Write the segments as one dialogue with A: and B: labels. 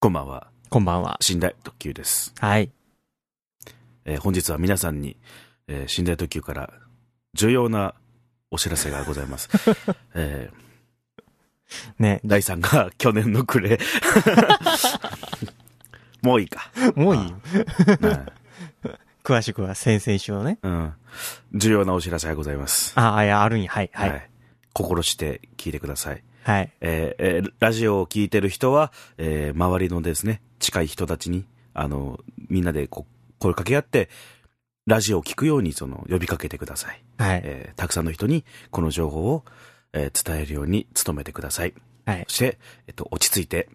A: こんばんは。
B: こんばんは。
A: 寝台特急です。
B: はい。
A: えー本日は皆さんに、えー、寝台特急から重要なお知らせがござい ます。えー、
B: ね。
A: 大さんが去年の暮 れ。もういいか。
B: もういいよ
A: はい
B: 詳しくは先々週のね。
A: うん。重要なお知らせがございます。
B: ああ、いや、あるんや。はい。はい。
A: い心して聞いてください。
B: はい。
A: えーえーラジオを聞いてる人は、えー周りのですね、近い人たちに、あの、みんなでこう声かけ合って、ラジオを聞くように、その、呼びかけてください。
B: はい。
A: えーたくさんの人に、この情報を、えー伝えるように努めてください。
B: はい
A: そ。して、えっと、落ち着いて、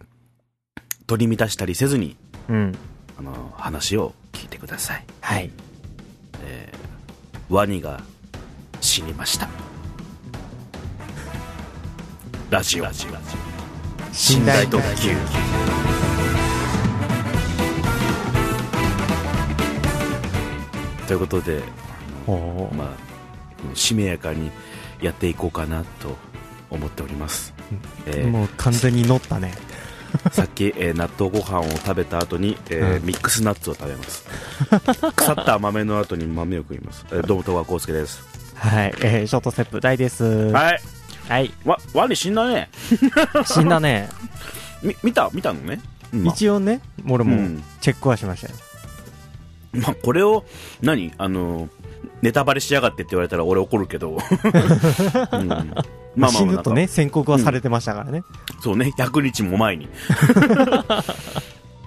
A: 取り乱したりせずに、
B: うん。
A: あの、話を聞いてください。
B: はい。
A: ワニが死にました。ラジオ。
B: 寝台
A: 特急。ということで、
B: おおー。
A: まあ、このしめやかにやっていこうかなと思っております。えー
B: もう完全に乗ったね。
A: さっき、えー納豆ご飯を食べた後に、えー
B: うん
A: ミックスナッツを食べます。腐った豆の後に豆を食います。えーどうも、戸川康介です。
B: はい。えー、ショートステップ大です。は
A: はい。
B: い。
A: わ、ワニ死んだね。
B: 死ん だね。
A: み、見た見たのね。うんまあ
B: 一応ね、俺
A: う
B: も
A: ん
B: チェックはしましたよ。
A: まあ、これを、何あの、ネタバレしやがってって言われたら俺怒る けど。うんまあまあ
B: 死ぬとね、。宣告はされてましたからね。
A: なんかそうね、100日も前 に。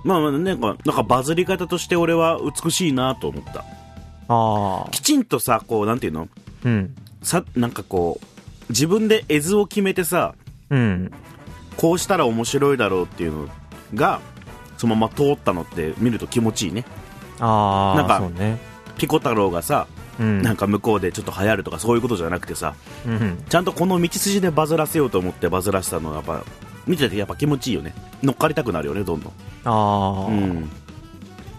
A: まあまあ、なんか、なんかバズり方として俺は美しいなと思った。
B: ああ。
A: きちんとさ、こう、なんていうの
B: うん。
A: さ、なんかこう、自分で絵図を決めてさ、
B: うん。
A: こうしたら面白いだろうっていうのが、そのまま通ったのって見ると気持ちいいね。
B: ああ。
A: なんか
B: そうね。
A: ピコ太郎がさ、
B: うん。
A: なんか向こうでちょっと流行るとかそういうことじゃなくてさ、
B: うん。
A: ちゃんとこの道筋でバズらせようと思ってバズらせたのはやっぱ、見ててやっぱ気持ちいいよね。乗っかりたくなるよね、どんどん。
B: ああ。
A: うん。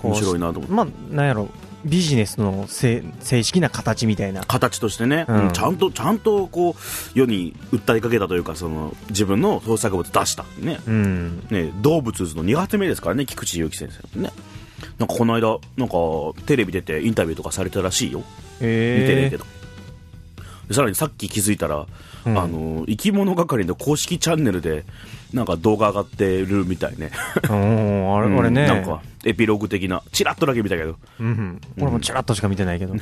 A: 面白いなと思って。
B: まあ、なんやろ、ビジネスのせ正式な形みたいな。
A: 形としてね、
B: うん
A: ちゃんと、ちゃんとこう、世に訴えかけたというか、その、自分の創作物出した。ね。
B: うん。
A: ね、動物図の2発目ですからね、菊池祐希先生のね。なんかこの間、なんかテレビ出てインタビューとかされたらしいよ。見てねえ
B: え
A: け
B: え
A: ど。でさらにさっき気づいたら、
B: うん
A: あの、生き物係の公式チャンネルで、なんか動画上がってるみたいね。
B: うんあれ、
A: うん
B: 俺ね。
A: なんか、エピローグ的な、チラッとだけ見たけど、
B: うん。俺もチラッとしか見てないけど。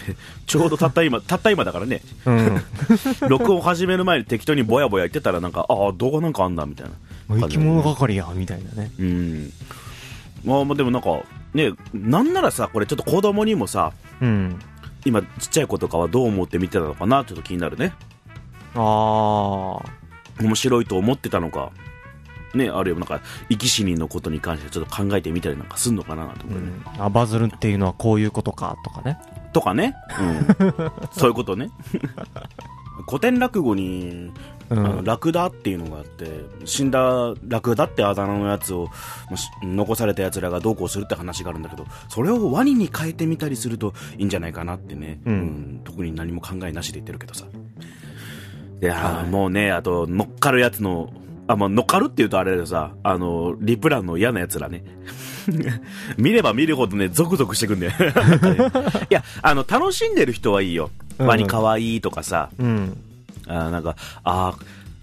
A: ちょうどたった今、 たった今だからね、
B: うん。
A: 録音始める前に適当にぼやぼや言ってたら、なんか、ああ、動画なんかあんだ、みたい
B: もう
A: な
B: 生
A: 感
B: き
A: じ。
B: 物係や、みたいなね。
A: うん。まあまあでもなんか、ね、なんならさ、これちょっと子供にもさ、
B: うん。
A: 今ちっちゃい子とかはどう思って見てたのかな、ちょっと気になるね。
B: あ
A: 面白いと思ってたのか、ね、あるいはなんか、生き死にのことに関してちょっと考えてみたりなんかすんのかな、と
B: ー、
A: か
B: う
A: ね。
B: ん。あ、バズるっていうのはこういうことか、とかね。
A: とかね。 うん。そういうことね。古典落語に、
B: う
A: あの
B: ん。
A: ラクダっていうのがあって死んだラクダってあだ名のやつをまあし残されたやつらがどうこうするって話があるんだけどそれをワニに変えてみたりするといいんじゃないかなってね、
B: うん
A: うん特に何も考えなしで言ってるけどさいやー、もうねあと乗っかるやつのあ、まあ、乗っかるっていうとあれだけどさあのリプランの嫌なやつ らね見れば見るほどねゾクゾクして くんだよなんかねいやあの楽しんでる人はいいよワニ可愛いとかさ、
B: うん。
A: あーなんか、あ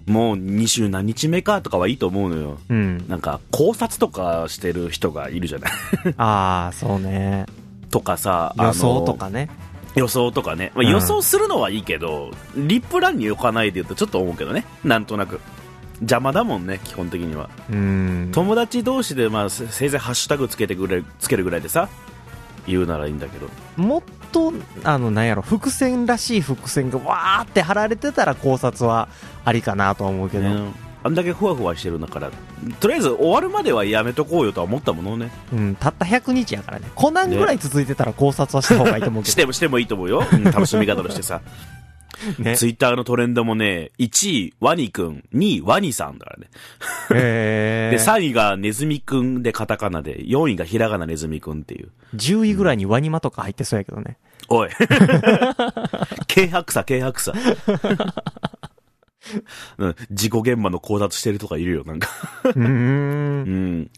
A: ーもう二十何日目かとかはいいと思うのよ。
B: うん。
A: なんか、考察とかしてる人がいるじゃない
B: ああ、そうね。
A: とかさ、あの
B: 予想と。かね。
A: 予想とかね。まあ、
B: うん
A: 予想するのはいいけど、リップランに置かないで言うとちょっと思うけどね。なんとなく。邪魔だもんね、基本的には。
B: うん。
A: 友達同士で、まあ、せせいぜいハッシュタグつけてくれ、つけるぐらいでさ、言うならいいんだけど。
B: もっと、あの、なんやろ、伏線らしい伏線がわーって貼られてたら考察はありかなとは思うけど。
A: ねあんだけふわふわしてるんだから、とりあえず終わるまではやめとこうよとは思ったものね。
B: うん、たった100日やからね。コナンぐらい続いてたら考察はした方がいいと思うけ
A: し
B: ど。
A: ても、してもいいと思う よ。うん楽しみ方としてさ。
B: ね
A: ツイッターのトレンドもね、1位、ワニくん、2位、ワニさんだからね。
B: へ
A: で、
B: ー
A: 3位がネズミくんでカタカナで、4位がひらがなネズミくんっていう。
B: 10位ぐらいにワニマとか入ってそうやけどね。
A: おい。 軽薄さ、軽薄さ。 うん、事故現場の考察してるとかいるよ、なんか。
B: うー。
A: うんん。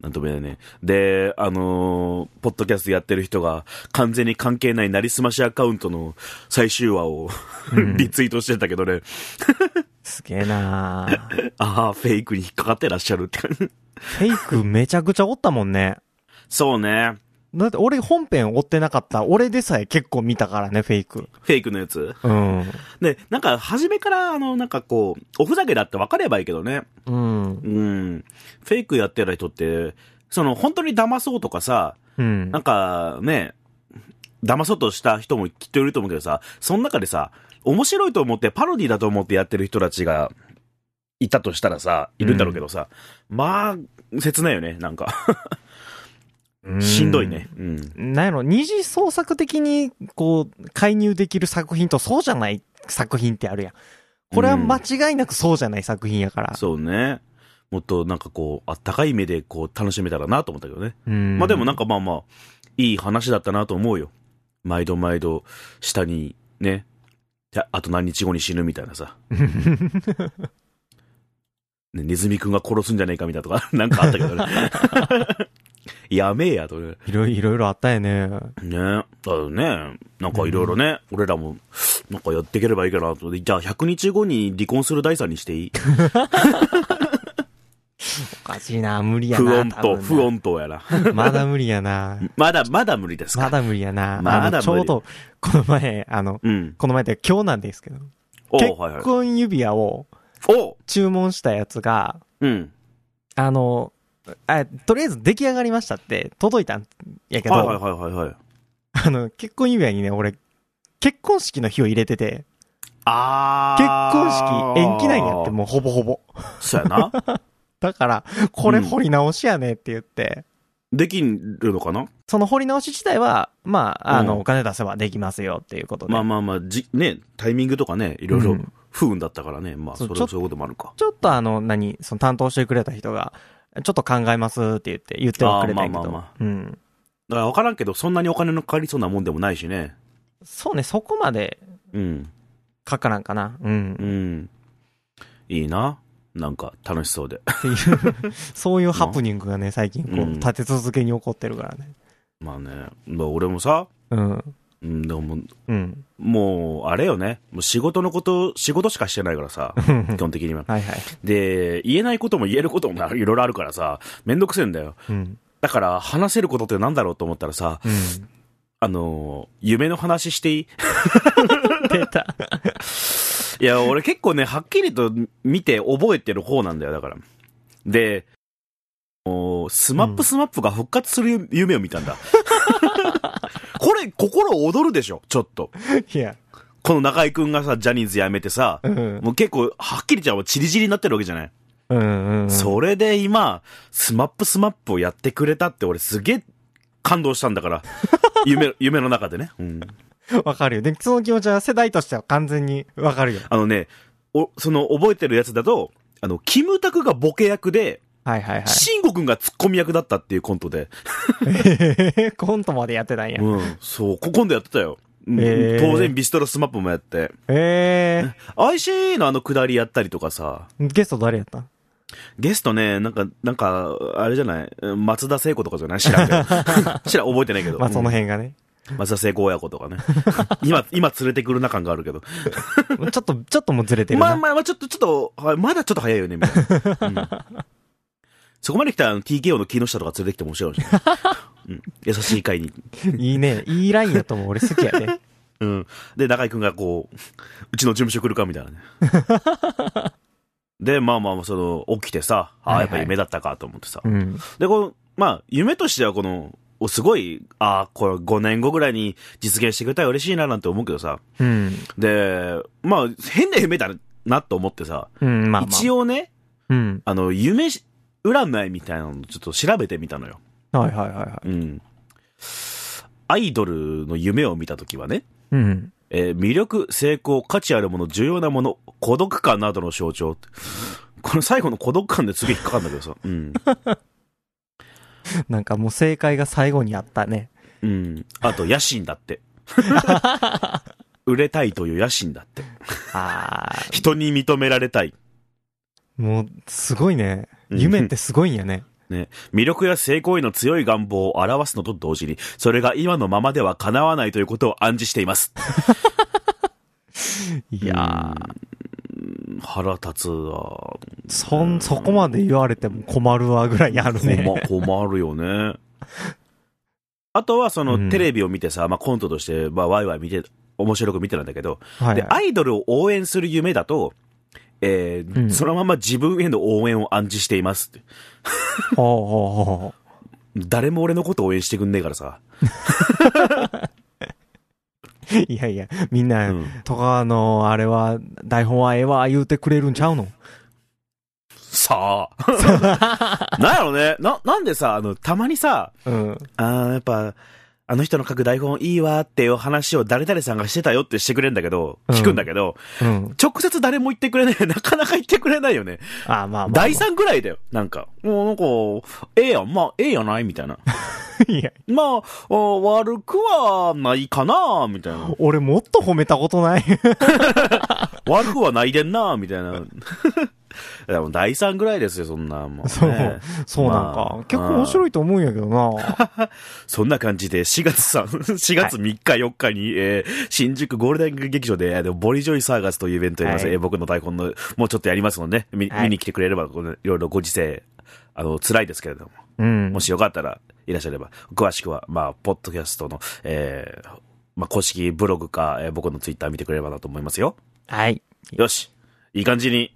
A: なんとも言えないね。で、あのーポッドキャストやってる人が、完全に関係ないなりすましアカウントの最終話を リツイートしてたけどね、
B: すげえなー
A: ああ、フェイクに引っかかってらっしゃるって感 じ。
B: フェイクめちゃくちゃおったもんね。
A: そうね。
B: だって俺本編追ってなかった。俺でさえ結構見たからね、フェイク。
A: フェイクのやつ。
B: うん。
A: で、なんか、初めから、あの、なんかこう、おふざけだって分かればいいけどね。
B: うん。
A: うん。フェイクやってる人って、その、本当に騙そうとかさ、
B: うん
A: なん。かね、騙そうとした人もきっといると思うけどさ、その中でさ、面白いと思ってパロディだと思ってやってる人たちがいたとしたらさ、いるんだろうけどさ、まあ、切ないよね、なんか。
B: う
A: しんどいね。。うん。
B: なんやろ、二次創作的に、こう、介入できる作品とそうじゃない作品ってあるやん。これは間違いなくそうじゃない作品やから。
A: そうね。もっとなんかこう、あったかい目でこう、楽しめたらなと思ったけどね。
B: うん
A: まあでもなんかまあまあ、いい話だったなと思うよ。毎度毎度、下にね、じゃあと何日後に死ぬみたいな さ。ねネズミくんが殺すんじゃねえかみたいなとか、 なんかあったけ どね。やめえやとね。
B: いろいろ、いろいろあったよね。
A: ねだからね、なんかいろいろね、俺らも、なんかやっていければいいかなと思って。じゃあ100日後に離婚する第三にしていい
B: おかしいな、無理や
A: 不
B: な。
A: 穏と、不
B: 多分
A: 穏とや ら。
B: な。まだ無理やな。
A: まだ、まだ無理ですか
B: まだ無理やな。
A: まだ
B: あのちょ
A: 無
B: う
A: 理
B: ど、この前、あの、
A: うん。
B: この前で今日なんですけど、
A: お
B: 結
A: うはいはい。
B: 婚指輪を
A: おう
B: 注文したやつが、
A: うん。
B: あの、あとりあえず出来上がりましたって届いたんやけど、
A: はいはいはいはいはい。
B: あの、結婚指輪にね、俺、結婚式の日を入れてて、
A: あ
B: 結
A: ー
B: 婚式延期なんやって、もうほぼほぼ。
A: そうやな。
B: だから、これ
A: うん
B: 掘り直しやねって言って、
A: できるのかな
B: その掘り直し自体は、まあ、あの、
A: うん
B: お金出せばできますよっていうことで。
A: まあまあまあ、じ、ね、タイミングとかね、いろいうろ
B: ん
A: 不運だったからね。まあ、
B: そ
A: そうれ
B: ちょっ
A: そういうこともあるか。
B: ちょっとあの、何、その担当してくれた人が、ちょっと考えますって言って、言ってはくれたんやけど、
A: あーまあまあま
B: うん。
A: だから分からんけど、そんなにお金のかかりそうなもんでもないしね。
B: そうね、そこまで
A: うん。
B: かからんかな。うん
A: う。ん。いいな。なんか、楽しそうで。
B: って いう、そういうハプニングがね、最近こ
A: う
B: う、
A: ん
B: 立て続けに起こってるからね。
A: まあね、まあ俺もさ、
B: うん。
A: うん、でも、
B: うん。
A: もう、あれよね。もう仕事のこと、仕事しかしてないから さ。基本的には。
B: はいはい。
A: で、言えないことも言えることもいろいろあるからさ、めんどくせえんだよ。
B: うん。
A: だから、話せることってなんだろうと思ったらさ、
B: うん。
A: あのー夢の話していい
B: 出た。
A: いや、俺結構ね、はっきりと見て覚えてる方なんだよ、だから。で、おスマッ
B: う
A: プ
B: ん
A: スマップが復活する夢を見たんだ。 これ、心躍るでしょ、ちょっと。
B: いや、
A: この中居くんがさ、ジャニーズ辞めてさ、
B: うん。
A: もう結構、はっきりちゃんはチリチリになってるわけじゃない。
B: うんうんうん。
A: それで今、スマップスマップをやってくれたって、俺すげえ感動したんだ から。夢、夢の中でね。うん
B: わかるよ。で、その気持ちは世代としては完全にわかるよ。
A: あのね、お、その覚えてるやつだと、あの、キムタクがボケ役で、
B: はいはいはい。
A: シンゴくんがツッコミ役だったっていうコントで、
B: えーコントまでやってたんや。
A: うん、そう、こ今度やってたよ。うん
B: へー
A: 当然ビストロスマップもやって。
B: え
A: IC のあのくだりやったりとかさ、
B: ー、ゲスト誰やったん
A: ゲストね、なんか、なんか、あれじゃないうん松田聖子とかじゃない知らんけど。 知らん、覚えてないけど。
B: まあその
A: うん
B: 辺がね。
A: 松田聖子親子とかね。今、今連れてくるな感があるけど。
B: ちょっと、ちょっともうずれてるな。
A: まあまあまあ、ちょっと、ちょっと、はいまだちょっと早いよね、みたいな。 うんそこまで来たらあの TKO の木下とか連れてきても面白いし、ねうん、優しい会に。
B: いいね。いいラインやと思う。俺好きや ね。
A: うん。で、中居くんがこう、うちの事務所来るかみたいなね。で、まあまあ、その、起きてさ、ああ、
B: はいは
A: や
B: い
A: っぱ夢だったかと思ってさ。
B: うん。
A: で、この、まあ、夢としてはこの、おすごい、ああ、これ5年後ぐらいに実現してくれたら嬉しいななんて思うけどさ。
B: うん。
A: で、まあ、変な夢だなと思ってさ、
B: うん、まあまあ。
A: 一
B: 応。
A: 応ね、
B: うん。
A: あの、夢し占いみたいなのちょっと調べてみたのよ。
B: はいはいはいは
A: うん。アイドルの夢を見たときはね、
B: い。うん。
A: えー魅力、成功、価値あるもの、重要なもの、孤独感などの象徴。この最後の孤独感ですげえ引っかかるんだけどさ。うん。
B: なんかもう正解が最後にあったね。
A: うん。あと、野心だって。売れたいという野心だって。
B: ああ。
A: 人に認められたい。
B: もう、すごいね。
A: うん
B: 夢ってすごいんやね。
A: ね、魅力や性行為の強い願望を表すのと同時に、それが今のままでは叶わないということを暗示しています。
B: いやー、
A: うん腹立つ わ。
B: そん、そこまで言われても困るわぐらいあるね。
A: 困困るよね。あとは、その、
B: うん
A: テレビを見てさ、まあ、コントとして、まあ、ワイワイ見て、面白く見てたんだけど、
B: はい
A: で、
B: はい。
A: アイドルを応援する夢だと、えー
B: うん
A: そのまま自分への応援を暗示していますって。
B: ほうほうほうほ
A: 誰も俺のこと応援してくんねえからさ。
B: う。いやいや、みんな、
A: うん
B: とか、あの、あれは、台本はええわ、言うてくれるんちゃうの
A: さ あ。なんやろね。な、なんでさ、あの、たまにさ、
B: うん。
A: あーやっぱ、あの人の書く台本いいわっていう話を誰々さんがしてたよってしてくれるんだけど、
B: うん
A: 聞くんだけど、
B: うん。
A: 直接誰も言ってくれない。 なかなか言ってくれないよね。
B: あ、まあまあ、まあ。
A: 第3ぐらいだよ。なんか、もうなんか、ええやん、まあ、ええやないみたいな。
B: いや、
A: まあ、あ悪くはないかなみたい な。
B: 俺もっと褒めたことない。
A: 悪くはないでんなみたい な。でも第3ぐらいですよ、そんな。もうね
B: そう、そうなん
A: まあ
B: か。結構面白いと思うんやけどな。
A: そんな感じで、4月さん、4月3日4日に、えー新宿ゴールデン劇場で、えーボリジョイサーガスというイベントをやります。
B: はい
A: えー僕の台本の、もうちょっとやりますので、見,、
B: はい
A: 見に来てくれれば、このいろいろご時世、あの、辛いですけれども、
B: うん
A: も。しよかったら、いらっしゃれば、詳しくは、まあ、ポッドキャストの、えーまあ、公式ブログか、えー僕のツイッター見てくれればなと思いますよ。
B: はい。
A: よし。いい感じに、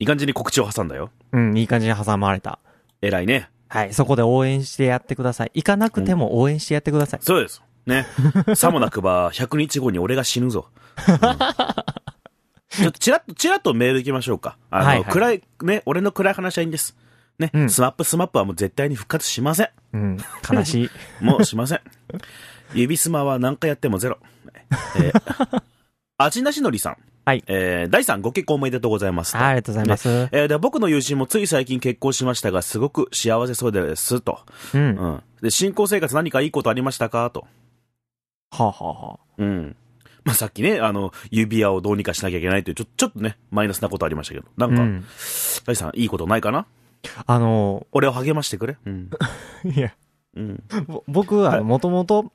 A: いい感じに告知を挟んだよ。
B: うん、いい感じに挟まれた。
A: 偉いね。
B: はい。そこで応援してやってください。行かなくても応援してやってください。
A: そうです。ね。 さもなくば、100日後に俺が死ぬぞ。うんちょっと、ちらっと、ちらっとメール行きましょうか。あの、
B: はいはい
A: 暗い、ね、俺の暗い話はいいんです。ね、
B: うん
A: スマップスマップはもう絶対に復活しません。
B: うん。悲 しい。
A: もうしません。指スマは何回やってもゼロ。えー味なしのりさん。
B: はい
A: えー、第3ご結婚おめでとうございます。
B: ありがとうございます。
A: えーで僕の友人もつい最近結婚しましたが、すごく幸せそうです、と。
B: うん。
A: う
B: は
A: ん。で、新婚生活何かいいことありましたかと。
B: あ、はあは
A: うん。まあ、さっきね、あの、指輪をどうにかしなきゃいけないという、ちょ、ちょっとね、マイナスなことありましたけど。な
B: あ。
A: ん
B: う
A: か、
B: ん。
A: 大地さん、いいことないかな
B: あの、
A: 俺を励ましてくれ。うん。
B: いや、
A: うん。
B: ぼ僕はもともと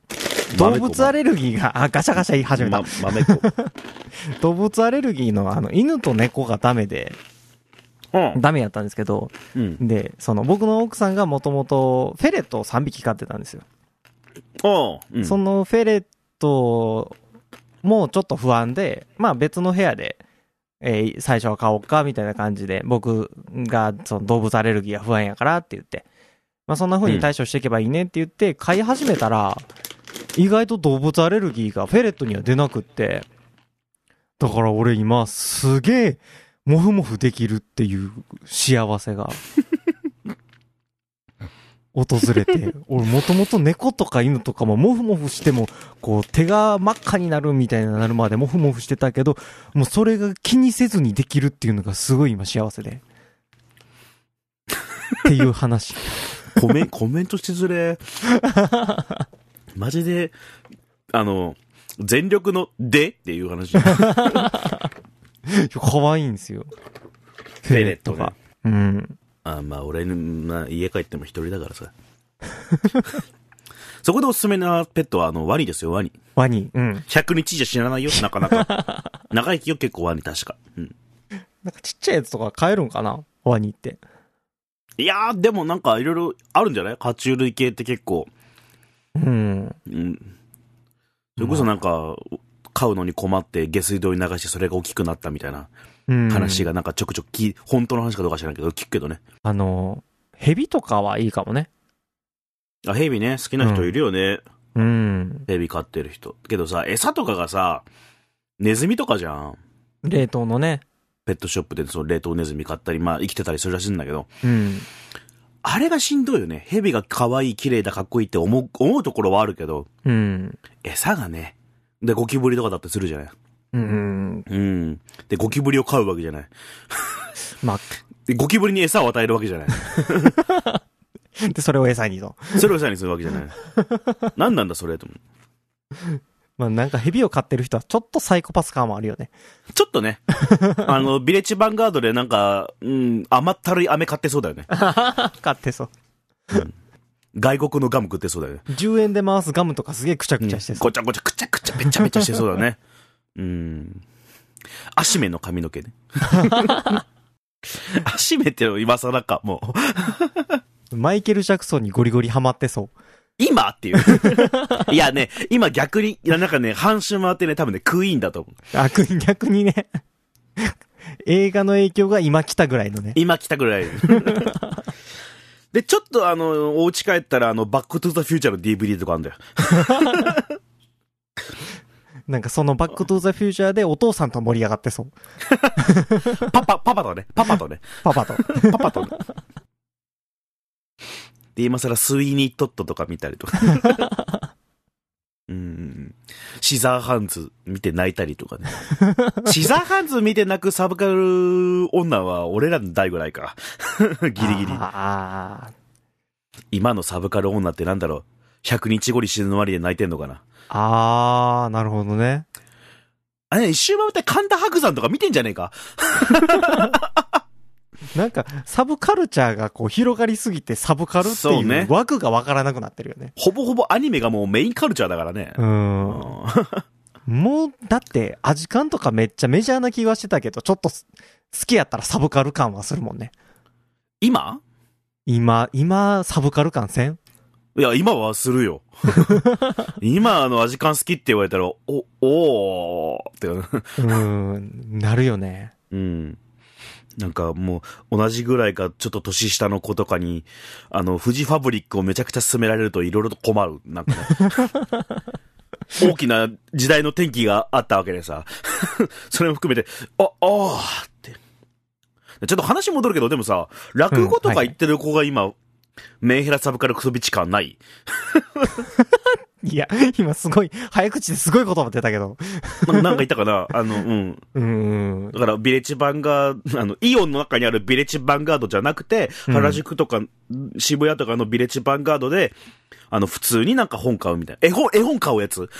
B: 動物アレルギーが、あ、ガシャガシャ言い始めた
A: ま。豆子。
B: 動物アレルギーのあの、犬と猫がダメで、
A: うん。
B: ダメやったんですけど、
A: うん。
B: で、その僕の奥さんがもともとフェレットを3匹飼ってたんですよ。
A: おう。うん。
B: そのフェレットもちょっと不安で、まあ別の部屋で、えー最初は買おうかみたいな感じで、僕がその動物アレルギーが不安やからって言って、まあそんな風に対処していけばいいねって言って、飼い始めたら、意外と動物アレルギーがフェレットには出なくって、だから俺今すげえ、モフモフできるっていう幸せが訪れて俺もともと猫とか犬とかもモフモフしてもこう手が真っ赤になるみたいになるまでモフモフしてたけどもうそれが気にせずにできるっていうのがすごい今幸せでっていう話
A: コメン、コメントしづ れ。マジで、あの、全力のでっていう 話。
B: 可愛いんですよフ
A: ェレット が
B: うん
A: あまあ俺、まあ、家帰っても一人だからさ。 そこでおすすめなペットは、あの、ワニですよ、ワニ。
B: ワニうん
A: 100日じゃ死なないよ、なかなか。 長生きよ、結構ワニ、確か。うん。
B: なんかちっちゃいやつとか飼えるんかなワニって
A: いやー、でもなんか、いろいろあるんじゃない爬虫類系って結構。
B: うん
A: うん。それこそなんか、飼うのに困って下水道に流してそれが大きくなったみたいな
B: うん
A: 話がなんかちょくちょく聞い本当の話かどうか知らないけど、聞くけどね。
B: あのヘビとかはいいかもね
A: あ、ヘビね、好きな人いるよね。
B: うん
A: ヘビ飼ってる人。けどさ、餌とかがさ、ネズミとかじゃん。
B: 冷凍のね
A: ペットショップでその冷凍ネズミ買ったり、まあ生きてたりするらしいんだけど、
B: うん
A: あれがしんどいよね。ヘビが可愛い、綺麗だ、かっこいいって思う、思うところはあるけど、
B: うん
A: 餌がね。で、ゴキブリとかだってするじゃない。
B: うん
A: うん。で、ゴキブリを飼うわけじゃない。
B: まあ
A: で、ゴキブリに餌を与えるわけじゃない。
B: でそれを餌にと
A: それを餌にするわけじゃない。何なんだそれと思う。
B: まあなんか蛇を飼ってる人はちょっとサイコパス感もあるよ ね。
A: ちょっとね、あの、ビレッジヴァンガードでなんか、うん、甘ったるい飴買ってそうだよね。
B: 飼ってそう。
A: 外国のガム食ってそうだよね。
B: 10円で回すガムとかすげえくちゃくちゃして
A: うん
B: さ。
A: ごちゃごちゃ、くちゃくちゃ、べちゃべちゃしてそうだね。うん。アシメの髪の毛 ね。アシメって今更か、もう。
B: マイケル・ジャクソンにゴリゴリハマってそう。
A: 今っていう。いやね、今逆に、いやなんかね、半周回ってね、多分ね、クイーンだと思う。
B: あ、く逆にね。 映画の影響が今来たぐらいのね。
A: 今来たぐらい。で、ちょっとあの、お家帰ったら、あの、バックトゥーザフューチャーの DVD とかあるんだよ。
B: なんかそのバックトゥザフューチャーでお父さんと盛り上がってそう。
A: パパ、パパとね、パパとね、
B: パパと。
A: パパとね。で、今更スイーニートットとか見たりとか。 うん。シザーハンズ見て泣いたりとかね。シザーハンズ見て泣くサブカル女は俺らの代ぐらいか。 ギリギリ。
B: あー
A: 今のサブカル女ってなんだろう。100日後に死ぬまりで泣いてんのかな。
B: あー、なるほどね。
A: あれ、一周回って神田伯山とか見てんじゃねえか。
B: なんか、サブカルチャーがこう広がりすぎてサブカルって
A: そう
B: い
A: ね
B: う枠がわからなくなってるよね。
A: ほぼほぼアニメがもうメインカルチャーだからね
B: う。ん。もう、だって、アジカンとかめっちゃメジャーな気はしてたけど、ちょっとす好きやったらサブカル感はするもんね。
A: 今
B: 今、今、サブカル感せん
A: いや、今はするよ。今、あの、アジカン好きって言われたら、お、おーって、
B: うん、なるよね。
A: うん。なんかもう、同じぐらいか、ちょっと年下の子とかに、あの、富士ファブリックをめちゃくちゃ勧められるといろいろと困る。なんかね。大きな時代の転機があったわけでさ。 それも含めて、あ、あーって。ちょっと話戻るけど、でもさ、落語とか言ってる子が今、メンヘラサブカルクソビチ感ない
B: いや、今すごい、早口ですごい言葉出たけど。
A: ななんか言ったかな あの、うん。
B: うん。
A: だから、ビレッジヴァンガード、あの、イオンの中にあるビレッジヴァンガードじゃなくて、
B: うん
A: 原宿とか、渋谷とかのビレッジヴァンガードで、あの、普通になんか本買うみたいな。絵本、絵本買うやつ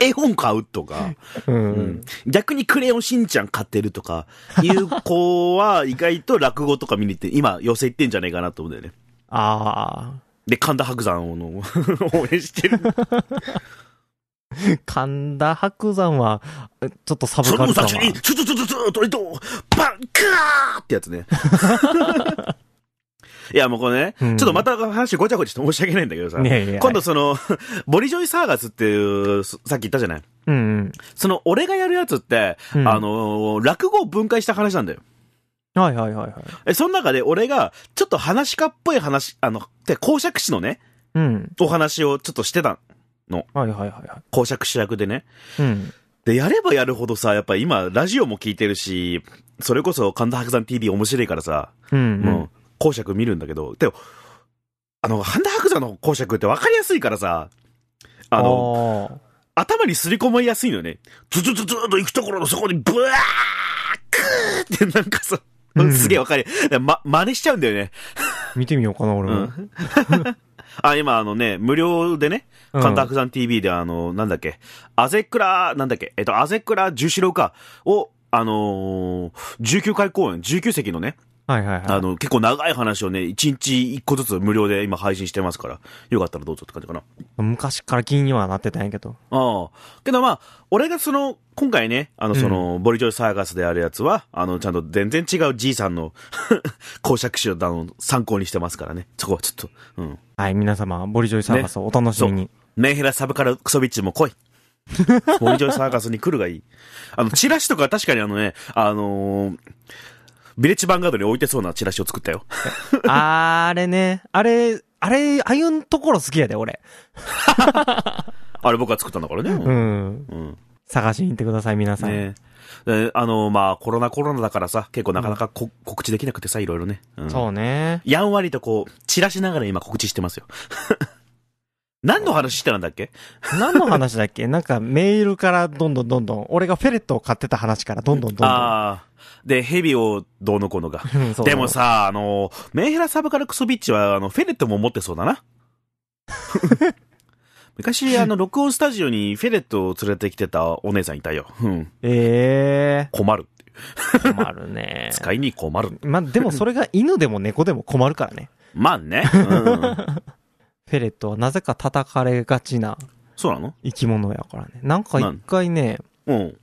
A: 絵本買うとか、
B: うん。
A: 逆にクレヨンしんちゃん買ってるとか、いう子は意外と落語とか見に行って、今寄せ行ってんじゃないかなと思うんだよね。
B: あ
A: で、神田伯山をの 応援してる。
B: ー、神田伯山は、えちょっとサブ
A: そ
B: カ
A: の
B: ル感
A: 最
B: は
A: 初に、ちょちょちょちょちょ、とりと、パン、クーってやつ ね。いや、もうこれね、
B: うん
A: ちょっとまた話ごちゃごちゃして申し訳ないんだけどさ、
B: ねえいや
A: 今度その、 ボリジョイサーガスっていう、さっき言ったじゃない
B: うんうん。
A: その、俺がやるやつって、
B: うん
A: あのー、落語を分解した話なんだよ。
B: はいはいはいはい。
A: え、その中で俺が、ちょっと話し家っぽい話、あの、で、公爵士のね、
B: うん。
A: お話をちょっとしてた。
B: はいはいはいは
A: 公爵士役でね。
B: い。うん。
A: で、やればやるほどさ、やっぱ今、ラジオも聞いてるし、それこそ神田伯山 TV 面白いからさ、
B: うん、う
A: も
B: ん
A: う。、公爵見るんだけど、でも、あの、ハンダ白山の公爵って分かりやすいからさ、あの、
B: の、
A: 頭にすり込まれやすいのよね。ズズズズーっと行くところのそこに、ブワークーってなんかさ
B: う、ん
A: すげえ分かり、ま、真似しちゃうんだよね。
B: 見てみようかな、俺
A: う
B: も。
A: ん。 あ、今あのね、無料でね、
B: うん
A: 神田白山 TV であの、なんだっけ、アゼクラ、なんだっけ、えっと、アゼクラ十四郎か、を、あのー、19回公演、19席のね、
B: はいはいはい。
A: あの、結構長い話をね、1日1個ずつ無料で今配信してますから、よかったらどうぞって感じかな。
B: 昔から気にはなってたんやけど。
A: ああ。けどまあ、俺がその、今回ね、あの、その、ボリジョイサーガスであるやつは、あの、ちゃんと全然違うじいさんの 公爵士をあの参考にしてますからね。そこはちょっと、うん。
B: はい、皆様、ボリジョイサーカスをお楽しみに。
A: メンヘラサブカルクソビッチも来い。 ボリジョイサーガスに来るがいい。あの、チラシとか確かにあのね、あのービレッジヴァンガードに置いてそうなチラシを作ったよ。
B: あーあれね、あれ、あれ、ああいうんところ好きやで、俺。
A: あれ僕が作ったんだからね。
B: うん。
A: うん
B: 探しに行ってください、皆さん。
A: ねえあの、まあ、コロナコロナだからさ、結構なかなかこ、告知できなくてさ、いろいろね。うん
B: そうね。
A: やんわりとこう、散らしながら今告知してますよ。 何の話してたんだっけ
B: 何の話だっけ なんかメールからどんどんどんどん、俺がフェレットを買ってた話からどんどんどんどん。
A: ああ。で、ヘビをどうのこうのが。
B: うんそう
A: でもさ、あの、 メンヘラサブカルクソビッチは、あの、フェレットも持ってそうだな。昔、あの、録音スタジオにフェレットを連れてきてたお姉さんいたよ。うん。
B: ええ
A: 困る。。
B: ー、困るね
A: 使いに困る。
B: まあ、でもそれが犬でも猫でも困るからね。
A: まあね。 うん。
B: フェレットはなぜか叩かれがちな
A: そうなの
B: 生き物やからね。なんか一回ね、
A: うん。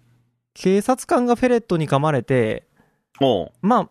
B: 警察官がフェレットに噛まれて、
A: おう
B: ま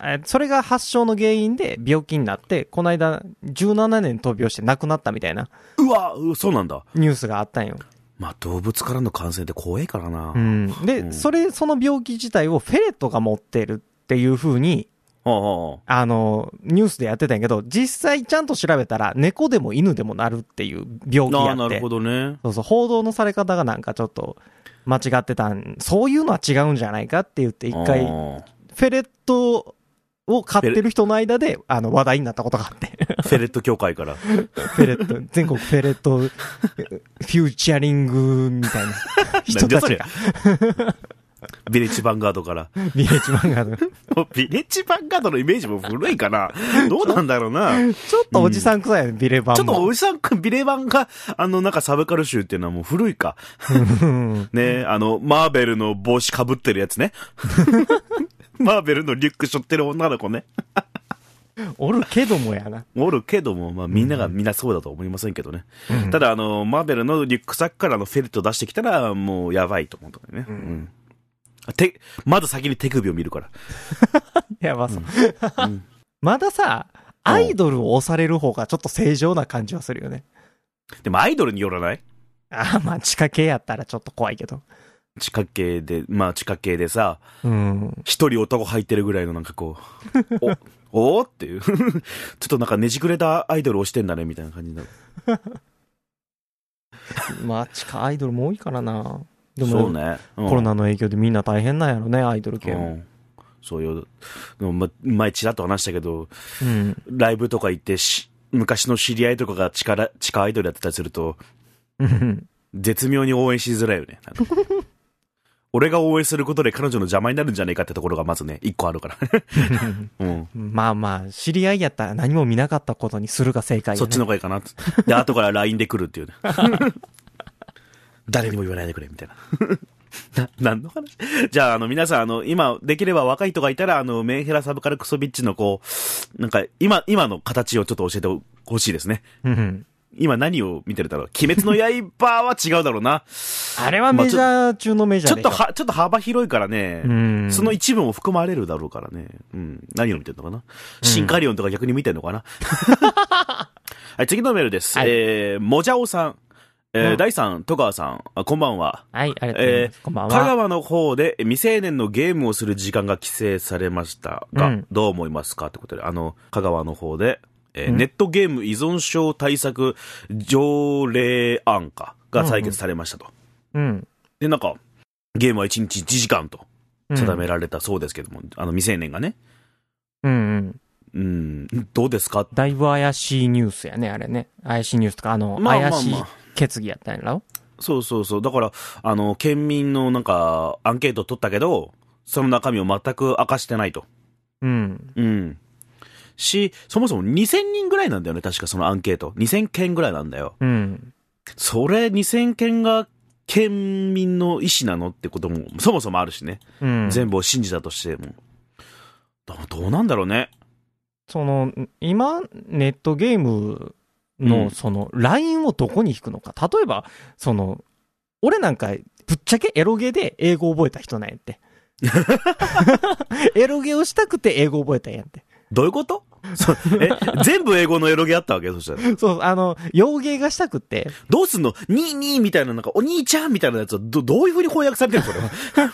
B: あ、えーそれが発症の原因で病気になって、この間17年闘病して亡くなったみたいな
A: うわうそうなんだ。
B: ニュースがあったんよ。
A: まあ、動物からの感染って怖いからな。
B: うん、で、
A: うん
B: それ、その病気自体をフェレットが持ってるっていう風に、
A: おうおう
B: あの、ニュースでやってたんやけど、実際ちゃんと調べたら、猫でも犬でもなるっていう病気
A: あ
B: や
A: あ、な
B: っ
A: る
B: て
A: ほ。どね。
B: そうそう、報道のされ方がなんかちょっと間違ってたん、そういうのは違うんじゃないかって言って、一回、フ
A: おう
B: ェレットを飼ってる人の間で、あの、話題になったことがあ って。
A: フェレット協会 から。
B: フェレット、全国フェレッ ト、フューチャリングみたいな人たちが、
A: ビレッジヴァンガードから。
B: ビレッジ漫画の。
A: もうビレッジヴァンガードのイメージも古いかな。どうなんだろうな。
B: ちょっとおじさんくさいよね、ビレバン
A: ちょっと
B: も。
A: おじさんくん、ビレバンが、あの、なんかサブカル集っていうのはもう古いか。 ねあの、マーベルの帽子かぶってるやつ ね。マーベルのリュック背負ってる女の子ね。
B: おるけどもやな。
A: おるけども、まあみんながみんなそうだとは思いませんけどね。ただ、あの、マーベルのリュックサックからあのフェルト出してきたら、もうやばいと思うんだよね。うん。手、まず先に手首を見るから。
B: やばそう。 まださ、アイドルを押される方がちょっと正常な感じはするよね。
A: でもアイドルによらない
B: あーまあ、地下系やったらちょっと怖いけど。
A: 地下系で、まあ地下系でさ、
B: うん。
A: 一人男入ってるぐらいのなんかこ う、お、おーっていう。ちょ っとなんかねじくれたアイドルをしてんだねみたいな感じになる。
B: まあ、地下アイドルも多いからな。でも、
A: そうね。うん
B: コロナの影響でみんな大変なんやろね、アイドル系
A: う
B: も。
A: ん。そうよ。でもま、前ちらっと話したけど、
B: うん。
A: ライブとか行ってし、昔の知り合いとかが地下ら地下アイドルやってたりすると、
B: うん。
A: 絶妙に応援しづらいよね。なん か俺が応援することで彼女の邪魔になるんじゃねえかってところがまずね、一個ある から。うん。
B: まあまあ、知り合いやったら何も見なかったことにするが正解よね
A: そっちの方がいいかなって。で、後から LINE で来る っていうね。誰にも言わないで くれ、みたいな。な、何の話じゃあ、あの、皆さん、あの、今、できれば若い人がいたら、あの、メンヘラサブカルクソビッチの、こう、なんか、今、今の形をちょっと教えてほしいですね。
B: うん。
A: 今何を見てるだろう鬼滅の刃は違うだろう な。
B: あれはメジャー中のメジャ
A: ちょ
B: ー
A: っ
B: で
A: とは、ちょっと幅広いからね。
B: うん
A: その一部も含まれるだろうからね。うん。何を見てるのかな、シンカリオンとか逆に見てるの かなはい、次のメールです。
B: はい
A: えー、もじゃおさん。え
B: う
A: ー、
B: ん
A: 大さん、戸川さん、あこんばんは。
B: はい、ありがとうござい
A: え
B: ます。こんば
A: ー、
B: ん
A: 香
B: は。
A: 川の方で未成年のゲームをする時間が規制されましたが、
B: うん
A: どう思いますかってことで、あの、香川の方で、えー
B: うん
A: ネットゲーム依存症対策条例案かが採決されましたと。
B: うん。
A: で、なんか、ゲームは1日1時間と
B: うん
A: 定められたそうですけども、あの未成年がね、
B: うんうん。
A: うん、どうですか
B: だいぶ怪しいニュースやね、あれね。怪しいニュースとか、あの、
A: まあまあまあ
B: 怪しい決議やったんやろ
A: そうそうそう。だから、あの、県民のなんか、アンケート取ったけど、その中身を全く明かしてないと。
B: うん。
A: うん。し、そもそも2000人ぐらいなんだよね、確かそのアンケート。2000件ぐらいなんだよ。
B: うん。
A: それ2000件が県民の意思なのってことも、そもそもあるしね。
B: うん。
A: 全部を信じたとしても。だからどうなんだろうね。
B: その、今、ネットゲーム
A: うん
B: の、その、ラインをどこに引くのか。例えば、その、俺なんか、ぶっちゃけエロゲで英語覚えた人なん やって。エロゲをしたくて英語覚えたんやって。
A: どういうこと そえ、全部英語のエロゲあったわけそしたら。
B: そう、あの、洋芸がしたくって、
A: どうすんのにーにーみたいな、なんか、お兄ちゃんみたいなやつは、ど、どういう風に翻訳されてるのこれ は。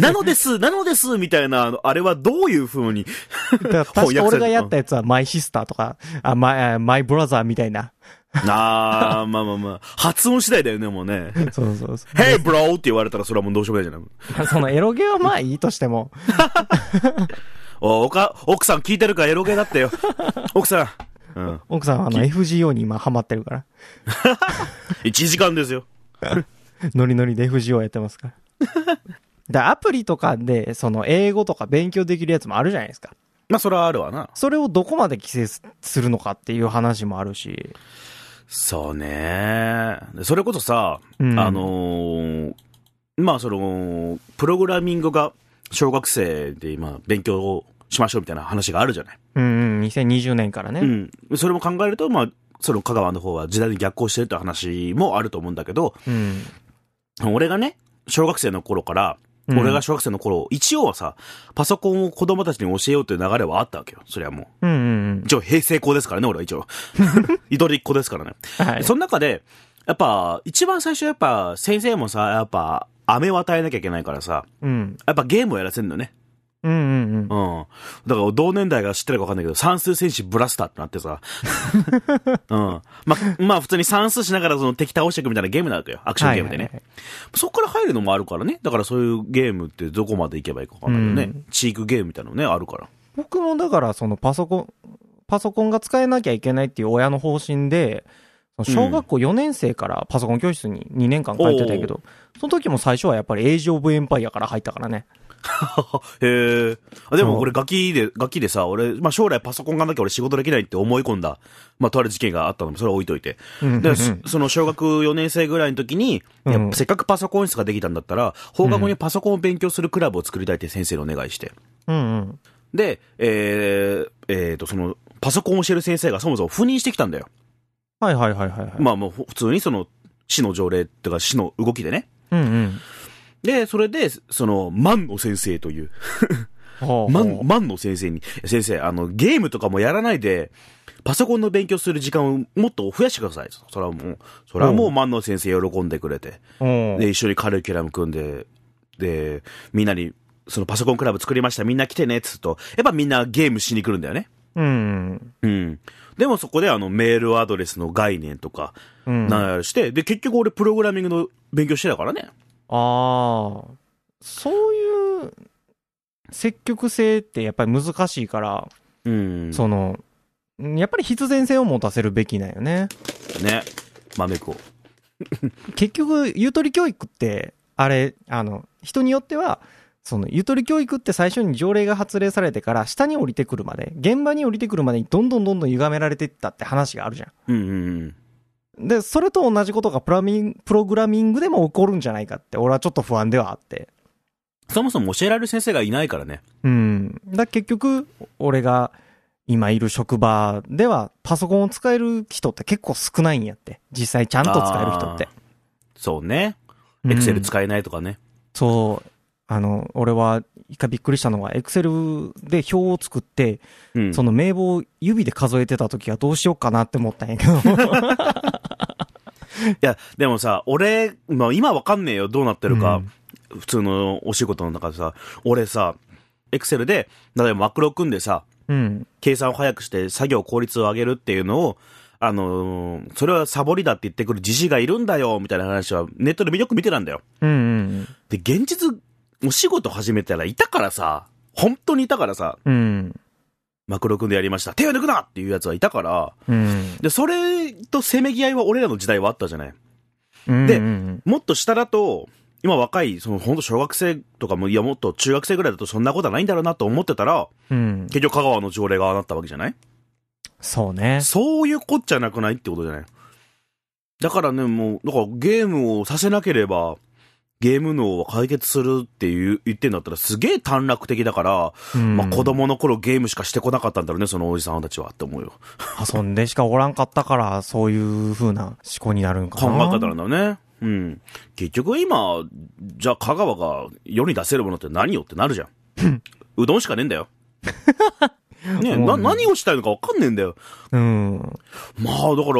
A: なのです、なのです、みたいな、あのあれはどういう風に、
B: だか
A: 翻
B: ら確
A: 訳さ
B: か
A: れた
B: 俺がやったやつは、マイシスターとか、あマイ、マイブラザーみたいな。
A: あー、まあまあまあ、発音次第だよね、もうね。
B: そうそうそう。
A: Hey bro! って言われたら、それはもうどうしようもないじゃない。
B: まあそのエロゲはまあいいとし ても、
A: おおか、奥さん聞いてるからエロゲだったよ。 奥さん。うん。
B: 奥さんはあの FGO に今ハマってるから、
A: 1時間ですよ。
B: ノリノリで FGO やってますから。 だアプリとかで、その英語とか勉強できるやつもあるじゃないですか。
A: まあ、それはあるわな。
B: それをどこまで規制すするのかっていう話もあるし。
A: そうね。それこそさ、
B: うん
A: あのーまあその、プログラミングが小学生で今勉強をしましょうみたいな話があるじゃない。
B: うんうん、2020年からね。
A: うん。それも考えると、まあ、その香川の方は時代に逆行してるって話もあると思うんだけど、
B: うん。
A: 俺がね、小学生の頃から、
B: うん
A: 俺が小学生の頃、一応はさ、パソコンを子供たちに教えようという流れはあったわけよ。それはもう。
B: うんうん
A: 一応平成校ですからね、俺は一 応。イドリっ子ですからね。
B: うん。はい。
A: その中で、やっぱ、一番最初やっぱ、先生もさ、やっぱ、飴を与えなきゃいけないからさ、
B: うん。
A: やっぱゲームをやらせるのね。
B: うんうん
A: うん。だから同年代が知ってるか分かんないけど、算数戦士ブラスターってなって さ。うん。ま、まあ普通に算数しながらその敵倒していくみたいなゲームなわけよ。アク
B: うん。
A: ション
B: はい
A: ゲームでね。。そこから入るのもあるからね。だからそういうゲームってどこまでいけばいいか分かんないよね。
B: うん
A: チークゲームみたいなのね、ある から。
B: 僕もだからそのパソコン、パソコンが使えなきゃいけないっていう親の方針で、小学校4年生からパソコン教室に2年間通ってたけど、その時も最初はやっぱりエイジ・オブ・エンパイアから入ったからね。
A: へえ。あで
B: そ
A: も
B: う
A: 俺ガキで、ガキでさ、俺、まあ将来パソコンがなきゃ俺仕事できないって思い込んだ、まあとある事件があったのもそれは置いといて。
B: うん
A: で、そその小学4年生ぐらいの時に、
B: うん
A: いやせっかくパソコン室ができたんだったら、放課後にパソコンを勉強するクラブを作りたいって先生にお願いして。
B: うんうん。
A: で、えー、えーと、その、パソコンを教える先生がそもそも赴任してきたんだよ。
B: はいはいはいはいはい。
A: まあもうふ普通にその、市の条例っていうか市の動きでね。
B: うんうん。
A: で、それで、その、万の先生という、
B: ほう
A: マ
B: ほ
A: ン
B: う、
A: マンの先生に、先生、あの、ゲームとかもやらないで、パソコンの勉強する時間をもっと増やしてください。それはもう、それはもう万能先生喜んでくれて、
B: うん
A: で、一緒にカリキュラム組んで、で、みんなに、そのパソコンクラブ作りました、みんな来てね、つうと、やっぱみんなゲームしに来るんだよね。
B: うん。
A: うん。でもそこであのメールアドレスの概念とか、
B: うん。あ
A: なんやらして、で、結局俺プログラミングの勉強してたからね。
B: あー、そういう積極性ってやっぱり難しいから、
A: うん。
B: その、やっぱり必然性を持たせるべきなんよね。
A: う。ね。豆子。
B: 結局、ゆとり教育って、あれ、あの、人によっては、そのゆとり教育って最初に条例が発令されてから下に降りてくるまで現場に降りてくるまでにどんどんどんどん歪められていったって話があるじゃ
A: うんうん
B: ん。でそれと同じことがプラミンプログラミングでも起こるんじゃないかって俺はちょっと不安ではあって
A: そもそも教えられる先生がいないからね。
B: うんだ結局俺が今いる職場ではパソコンを使える人って結構少ないんやって実際ちゃんと使える人って
A: そうね。
B: うん
A: エクセル使えないとかね。
B: そう。あの、俺は、一回びっくりしたのは、エクセルで表を作って、
A: うん。
B: その名簿を指で数えてた時はどうしようかなって思ったんや けど。
A: いや、でもさ、俺、まあ今わかんねえよ、どうなってるか。
B: うん
A: 普通のお仕事の中でさ、俺さ、エクセルで、例えばマクロ組んでさ、
B: うん。
A: 計算を早くして作業効率を上げるっていうのを、あのーそれはサボりだって言ってくるじじがいるんだよ、みたいな話はネットでよく見てたんだよ。
B: うんうん
A: で、現実、お仕事始めたらいたからさ、本当にいたからさ、
B: うん。うん。
A: マクロ組んでやりました。手を抜くなっていうやつはいたから、
B: うん。
A: で、それとせめぎ合いは俺らの時代はあったじゃない。
B: うん。
A: で
B: うん
A: もっと下だと、今若い、その本当小学生とかも、いやもっと中学生ぐらいだとそんなことはないんだろうなと思ってたら、
B: うん。
A: 結局香川の条例がああなったわけじゃない
B: そうね。
A: そういうこっちゃなくないってことじゃないだからね、もう、だからゲームをさせなければ、ゲーム脳を解決するっていう言ってんだったらすげえ短絡的だから、
B: うん
A: まあ子。供の頃ゲームしかしてこなかったんだろうね、そのおじさんたちはって思うよ。
B: 遊んでしかおらんかったから、そういう風な思考になるんか
A: 考
B: な。
A: え方なんだよね。うん。結局今、じゃあ香川が世に出せるものって何よってなるじゃん。 うどんしかねえんだよ。ねえ、な、
B: うん
A: 何をしたいのか分かんねえんだよ。
B: うん。
A: まあ、だから、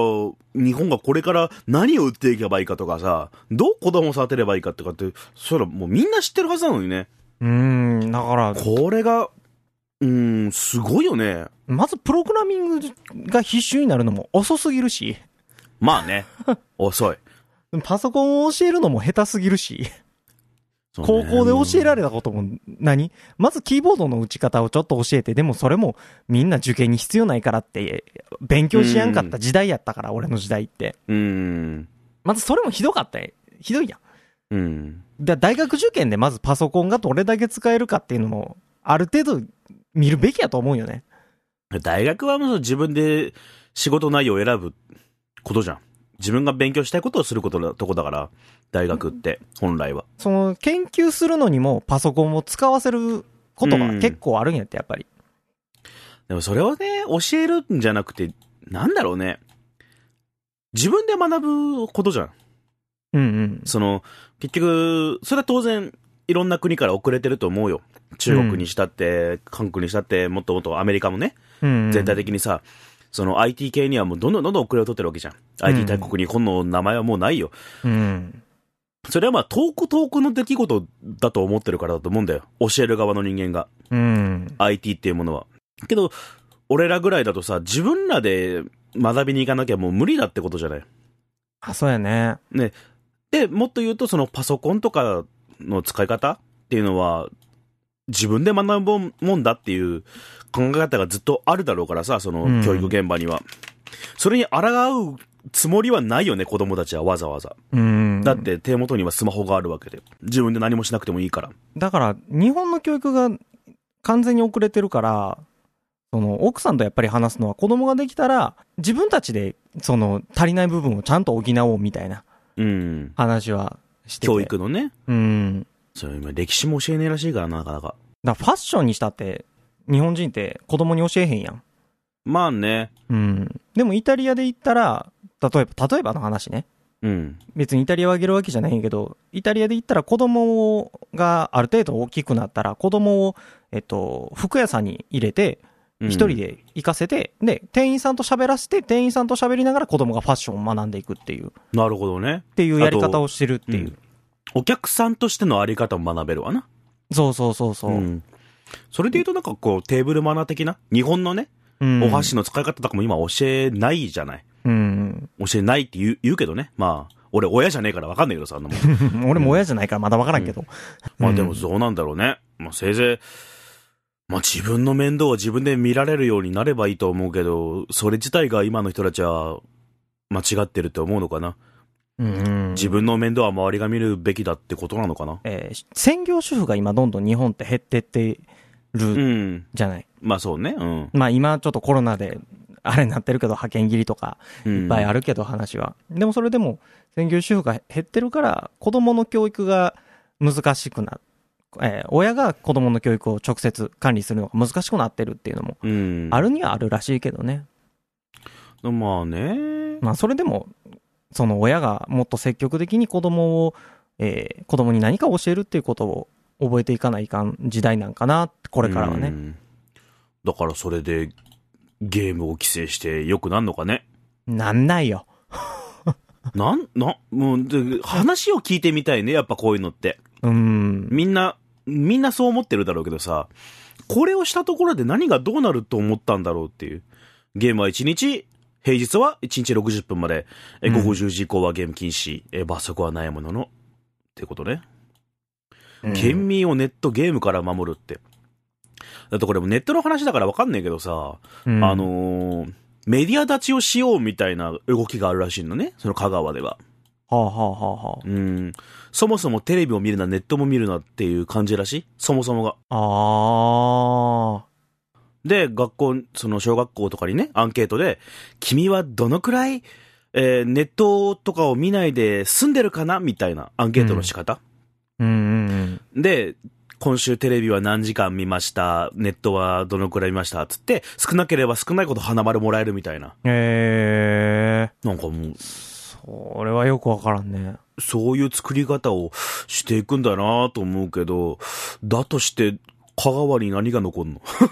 A: 日本がこれから何を売っていけばいいかとかさ、どう子供を育てればいいかとかって、それはもうみんな知ってるはずなのにね。
B: うん。だから、
A: これが、うん、すごいよね。
B: まずプログラミングが必修になるのも遅すぎるし、
A: まあね。 遅い。
B: パソコンを教えるのも下手すぎるし。高校で教えら
A: れ
B: れたことも何まずキーボードの打ち方をちょっと教えて、でもそれもみんな受験に必要ないからって、勉強しやんかった時代やったから、俺の時代って。
A: うん。
B: まずそれもひどかったよひどいやん。
A: うん。
B: だ大学受験でまずパソコンがどれだけ使えるかっていうのも、ある程度見るべきやと思うよね。
A: 大学はもう自分で仕事内容を選ぶことじゃん。自分が勉強したいことをすることだとこだから、大学って、本来は。
B: その研究するのにもパソコンを使わせることが結構あるんやって、やっぱり。
A: でもそれをね、教えるんじゃなくて、なんだろうね。自分で学ぶことじゃん。
B: うんうん。
A: その、結局、それは当然、いろんな国から遅れてると思うよ。中国にしたって、韓国にしたって、もっともっとアメリカもね、
B: うんうん、
A: 全体的にさ、その IT 系にはもうどんどんどんどん遅れを取ってるわけじゃん。
B: う
A: IT
B: ん
A: 大国に本の名前はもうないよ。
B: うん。
A: それはまあ遠く遠くの出来事だと思ってるからだと思うんだよ。教える側の人間が。
B: うん。
A: IT っていうものは。けど、俺らぐらいだとさ、自分らで学びに行かなきゃもう無理だってことじゃない。
B: あ、そうやね。
A: で、もっと言うと、そのパソコンとかの使い方っていうのは、自分で学ぶもんだっていう考え方がずっとあるだろうからさ、そ
B: うん
A: の教育現場には。それに抗うつもりはないよね、子供たちはわざわざ。
B: うん。
A: だっ。て手元にはスマホがあるわけで。自分で何もしなくてもいいから。
B: だから、日本の教育が完全に遅れてるから、その、奥さんとやっぱり話すのは子供ができたら、自分たちで、その、足りない部分をちゃんと補おうみたいな
A: うん。
B: 話はしてて
A: 教。育のね。
B: うん。
A: そう、今歴史も教えねえらしいからな、なかなか。
B: だからファッションにしたって、日本人って子供に教えへんやん。
A: まあね。
B: うん。でもイタリアで言ったら、例えば、例えばの話ね。
A: うん。
B: 別にイタリアをあげるわけじゃないんやけど、イタリアで言ったら子供をがある程度大きくなったら、子供を、えっと、服屋さんに入れて、
A: うん
B: 一人。で行かせて、で、店員さんと喋らせて、店員さんと喋りながら子供がファッションを学んでいくっていう、っ
A: なるほどね。
B: ていうやり方をしてるっていう。
A: うんお客さんとしてのあり方も学べるわな。
B: そうそうそうそう。
A: ん、それで言うとなんかこうテーブルマナー的な日本のね、
B: うん
A: お箸の使い方とかも今教えないじゃない
B: うん。
A: 教えないって言う言うけどねまあ俺親じゃねえから分かんないけどさあんな もん
B: 俺も親じゃないからまだわからんけど。
A: まあでもそうなんだろうね、まあ、せいぜい、まあ、自分の面倒を自分で見られるようになればいいと思うけどそれ自体が今の人たちは間違ってるって思うのかな、
B: うん。
A: 自分の面倒は周りが見るべきだってことなのかな
B: えー専業主婦が今どんどん日本って減ってって
A: う
B: る
A: ん
B: じゃない。
A: まあそうねうん、
B: まあ今ちょっとコロナで、あれになってるけど派遣切りとか
A: うん、
B: いっぱいあるけど話は。でもそれでも専業主婦が減ってるから子供の教育が難しくな、えー親が子供の教育を直接管理するのが難しくなってるっていうのも
A: うん
B: あるにはあるらしいけどね。
A: まあね
B: まあそれでも、その親がもっと積極的に子供を、えー子供に何か教えるっていうことを覚えていかないかん時代なんかな、これからはね
A: う。んだからそれでゲームを規制してよくなんのかね
B: なんないよ。
A: なんなもうで話を聞いてみたいねやっぱこういうのって
B: うん。
A: みんなみんなそう思ってるだろうけどさこれをしたところで何がどうなると思ったんだろうっていうゲームは1日平日は1日60分まで、え午後10時以降はゲーム禁止、え罰則はないもののってことね県民をネットゲームから守るってだってこれもネットの話だから分かんないけどさ
B: うん
A: あ、のーメディア立ちをしようみたいな動きがあるらしいのね、その香川では。
B: はあはあはあは
A: うん。そもそもテレビを見るな、ネットも見るなっていう感じらしい。そもそもが。
B: あ。あ
A: で、学校、その小学校とかにね、アンケートで、君はどのくらい、えーネットとかを見ないで住んでるかなみたいなアンケートの仕方。
B: ー。うんうん
A: で、今週テレビは何時間見ました、ネットはどのくらい見ましたつって、少なければ少ないほど花丸もらえるみたいな。
B: うん。ええ
A: なんかもう、
B: それはよくわからんね。
A: そういう作り方をしていくんだなと思うけど、だとして、香川に何が残るの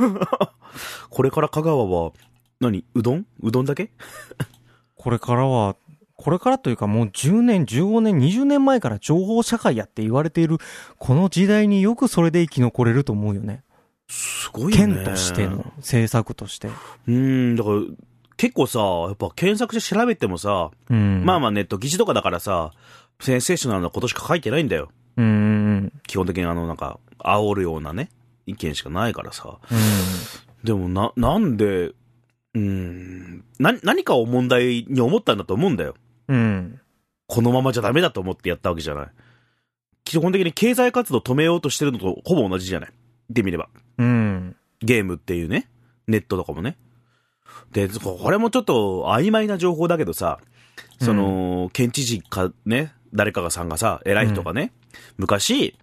A: これから香川は、何うどんうどんだけ
B: これからは、これからというかもう10年、15年、20年前から情報社会やって言われている、この時代によくそれで生き残れると思うよね。
A: すごいよね。
B: 県としての。政策として。
A: うん、だから、結構さ、やっぱ検索して調べてもさ、
B: うん。
A: まあ
B: あ。
A: まあネット記事とかだからさ、センセーショナルなことしか書いてないんだよ。
B: うんうん
A: 基本的にあの、なんか、煽るようなね、意見しかないからさ。
B: うん。
A: でもな、なんで、うん、な、何かを問題に思ったんだと思うんだよ。
B: うん。うん。
A: このままじゃダメだと思ってやったわけじゃない。基本的に経済活動止めようとしてるのとほぼ同じじゃない。言ってみれば。
B: うん。
A: ゲームっていうね。ネットとかもね。で、これもちょっと曖昧な情報だけどさ、その、県知事かね、誰かがさんがさ、偉い人がね、昔、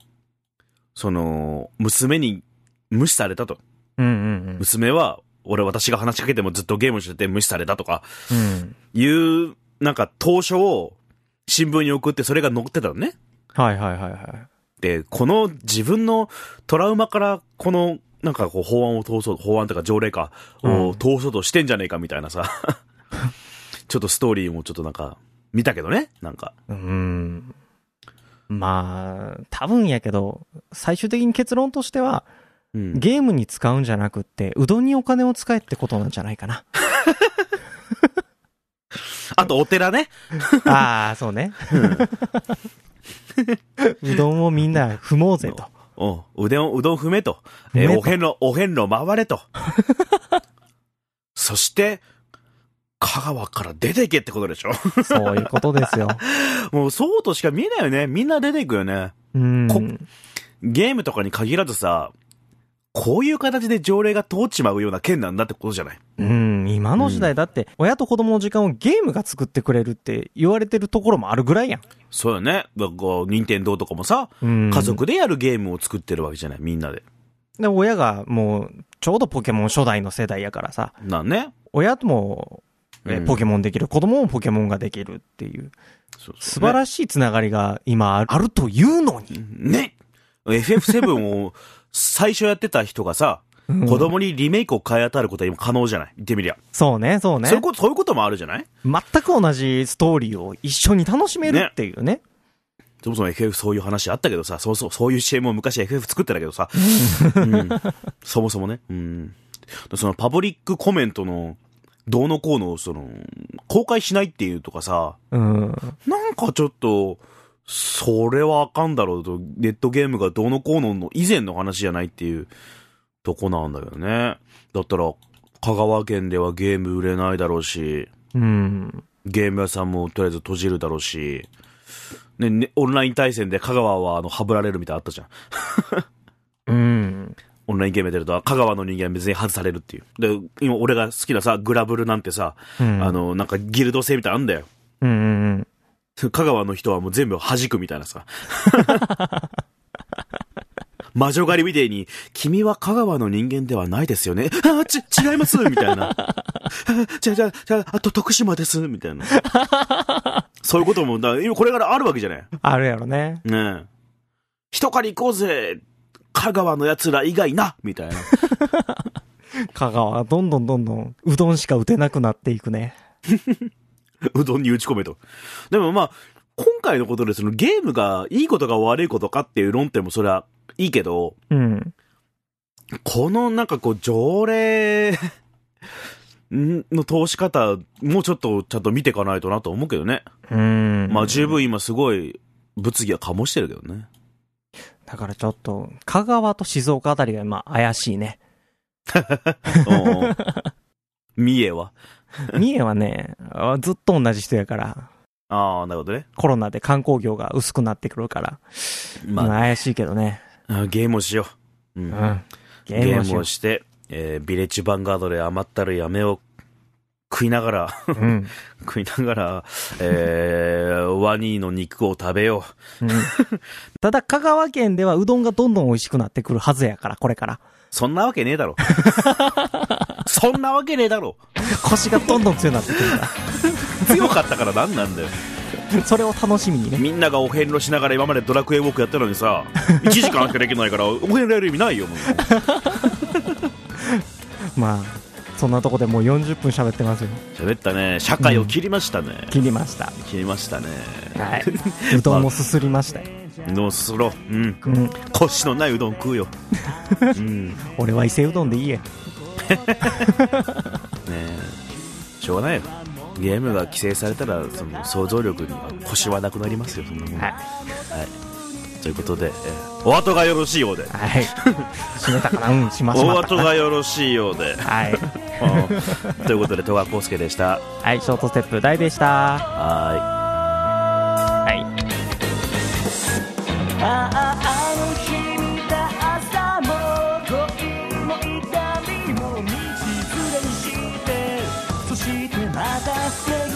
A: その、娘に無視されたと。
B: うんうん
A: 娘は、俺私が話しかけてもずっとゲームしてて無視されたとか、
B: うん。うん。
A: いう、なんか、当初を新聞に送ってそれが載ってたのね。
B: はいはいはいはい。
A: で、この自分のトラウマから、この、なんかこう法案を通そう、法案とか条例か
B: う
A: を
B: ん
A: 通そうとしてんじゃねえかみたいなさ、 ちょっとストーリーもちょっとなんか、見たけどね、なんか。
B: うん。まあ、多分やけど、最終的に結論としては、
A: うん
B: ゲームに使うんじゃなくって、うどんにお金を使えってことなんじゃない かな。
A: あとお寺ね。
B: ああ、そうね。うどんをみんな踏もうぜと。
A: うん、うでん、うどん踏めと。え
B: 踏め
A: ー
B: と
A: お遍路、お遍路回れと。 そして、香川から出ていけってことでしょ
B: そういうことですよ。
A: もうそうとしか見えないよね。みんな出ていくよね。
B: うん。
A: こゲームとかに限らずさ、こういう形で条例が通っちまうような県なんだってことじゃない
B: うん、今の時代だって、親と子供の時間をゲームが作ってくれるって言われてるところもあるぐらいやん。
A: そうよね。だからこう、任天堂とかもさ、
B: うん
A: 家族でやるゲームを作ってるわけじゃない、みんなで。
B: で、親がもう、ちょうどポケモン初代の世代やからさ、
A: なんね。
B: 親とも、え
A: うん
B: ポケモンできる、子供もポケモンができるっていう、
A: そうそうね
B: 素晴らしいつながりが今あるあるというのに。
A: ね !FF7 を最初やってた人がさ、
B: うん
A: 子供にリメイクを変え与えることは今可能じゃない言ってみりゃ。
B: そうね、そうね
A: そういう。こと、そういうこともあるじゃない
B: 全く同じストーリーを一緒に楽しめるっていうね。
A: そもそも FF そういう話あったけどさ、そうそう、そういう CM を昔 FF 作ってたけどさ、うんそもそもね、うん。そのパブリックコメントの、どうのこうの、その、公開しないっていうとかさ、
B: うん。
A: なんかちょっと、それはあかんだろうと、ネットゲームがどうのこうのの以前の話じゃないっていうとこなんだけどね。だったら、香川県ではゲーム売れないだろうし、
B: うん。
A: ゲーム屋さんもとりあえず閉じるだろうし、ね、ねオンライン対戦で香川はあの、はぶられるみたいなのあったじゃん。
B: うん。
A: オンラインゲームやってると、香川の人間は別に外されるっていう。で、今俺が好きなさ、グラブルなんてさ、
B: うん
A: あの、なんかギルド制みたいなのあんだよ。
B: うんうん
A: 香川の人はもう全部弾くみたいな さ。魔女狩りみてえに、君は香川の人間ではないですよね。あ、ち、違いますみたいな。あじゃあ、じゃあ、じゃあ、あと徳島ですみたい な。そういうことも、だから今これからあるわけじゃない。
B: うん。あるやろね。
A: ねえ。一狩り行こうぜ香川の奴ら以外なみたいな。
B: 香川はどんどんどんどん、うどんしか打てなくなっていくね。
A: うどんに打ち込めと。でもまあ、今回のことでそのゲームがいいことか悪いことかっていう論点もそれはいいけど、
B: うん。
A: このなんかこう条例んの通し方、もうちょっとちゃんと見ていかないとなと思うけどね。
B: うん。
A: まあ十分今すごい物議は醸してるけど ね。
B: だからちょっと、香川と静岡あたりが今怪しい ね。
A: うんうん三重は。
B: 三重はね、あずっと同じ人やから、
A: ああ、なるほどね。
B: コロナで観光業が薄くなってくるから、まあ、
A: ま
B: 怪しいけどね。
A: あ、あゲームをしよう。う
B: うんん。ゲ
A: ゲ
B: ーム
A: ー
B: をし
A: ム
B: よ
A: をして、えービレッジヴァンガードで余ったるめを食いながら、
B: う。うん。
A: 食いながら、えー、ワニの肉を食べよ
B: うんただ、香川県ではうどんがどんどん美味しくなってくるはずやから、これから。
A: う。そんなわけねえだ ろ。そんなわけねえだろ。
B: 腰がどんどん強くなってくるか
A: 強かったから何なんだよ。
B: ら。それを楽しみにね。
A: みんながお遍路しながら今までドラクエウォークやったのにさ、1時間しかできないから、お遍路やる意味ないよ、もう。
B: まあ、そんなとこでもう40分喋ってますよ。
A: 喋ったね。社会を切りましたね。
B: 切りました。
A: 切りましたね。
B: はい。うどんもすすりましたよ。
A: どうすろう。うん。
B: うん。
A: 腰のないうどん食 うよ。うん。ね
B: 俺は伊勢うどんでいいや。
A: えしょうがないよ。ゲームが規制されたら、その想像力には腰はなくなりますよ、そんなもん。
B: はい。
A: ということで、えーお後がよろしいようで。
B: はい。閉めたかなうん、しまし
A: お
B: まった
A: 後がよろしいよう で。
B: はい。
A: うんということで、戸川康介でした。
B: はい、ショートステップ大でした。
A: はーい。
B: はい。
C: あああの日見た朝も恋も痛みも道連れにしてそしてまた素敵